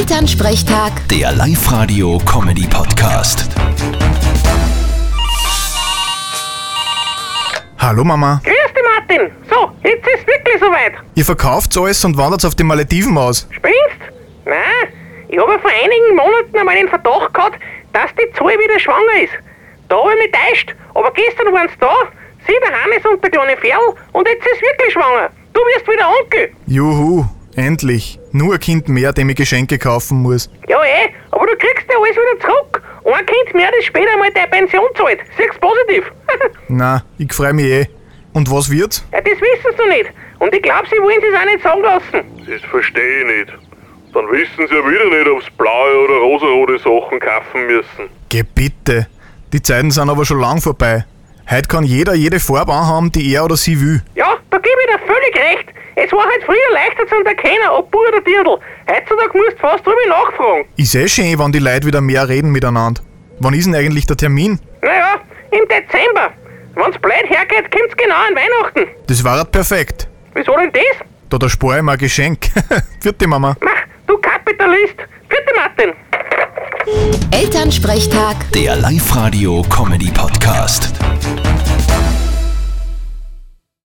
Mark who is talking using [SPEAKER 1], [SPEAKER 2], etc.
[SPEAKER 1] Elternsprechtag,
[SPEAKER 2] Der Live-Radio-Comedy-Podcast.
[SPEAKER 3] Hallo Mama,
[SPEAKER 4] Grüß dich, Martin. So, jetzt ist wirklich soweit.
[SPEAKER 3] ihr verkauft alles und wandert auf die Malediven aus.
[SPEAKER 4] Springst? Nein, ich habe vor einigen Monaten einmal den Verdacht gehabt, dass die Zoe wieder schwanger ist. Da habe ich mich täuscht, aber gestern waren sie da, sie, der Hannes und der kleine Ferl, und jetzt ist sie wirklich schwanger. Du wirst wieder Onkel.
[SPEAKER 3] Juhu, endlich. Nur ein Kind mehr, dem ich Geschenke kaufen muss.
[SPEAKER 4] Ja, eh, aber du kriegst ja alles wieder zurück. Ein Kind mehr, das später mal deine Pension zahlt. Siehst positiv.
[SPEAKER 3] Na, ich freu mich eh. Und was wird's?
[SPEAKER 4] ja, das wissen sie noch nicht. Und ich glaube, sie wollen es auch nicht sagen lassen.
[SPEAKER 5] Das verstehe ich nicht. Dann wissen sie ja wieder nicht, ob sie blaue oder rosarote Sachen kaufen müssen.
[SPEAKER 3] Geh bitte. Die Zeiten sind aber schon lang vorbei. Heute kann jeder jede Farbe anhaben, die er oder sie will.
[SPEAKER 4] Ja, da gebe ich dir völlig recht. Es war halt früher leichter zu erkennen, ob Bub oder Dirndl. Heutzutage musst du fast drüber nachfragen.
[SPEAKER 3] Ist eh schön, wann die Leute wieder mehr reden miteinander. Wann ist denn eigentlich der Termin?
[SPEAKER 4] Naja, im Dezember. Wenn's blöd hergeht, kommt's genau an Weihnachten.
[SPEAKER 3] Das war halt perfekt.
[SPEAKER 4] Wieso denn das?
[SPEAKER 3] Da, da spare ich mir ein Geschenk. Vierte Mama.
[SPEAKER 4] Mach, du Kapitalist. Bitte, Martin.
[SPEAKER 1] Elternsprechtag.
[SPEAKER 2] Der Live-Radio-Comedy-Podcast.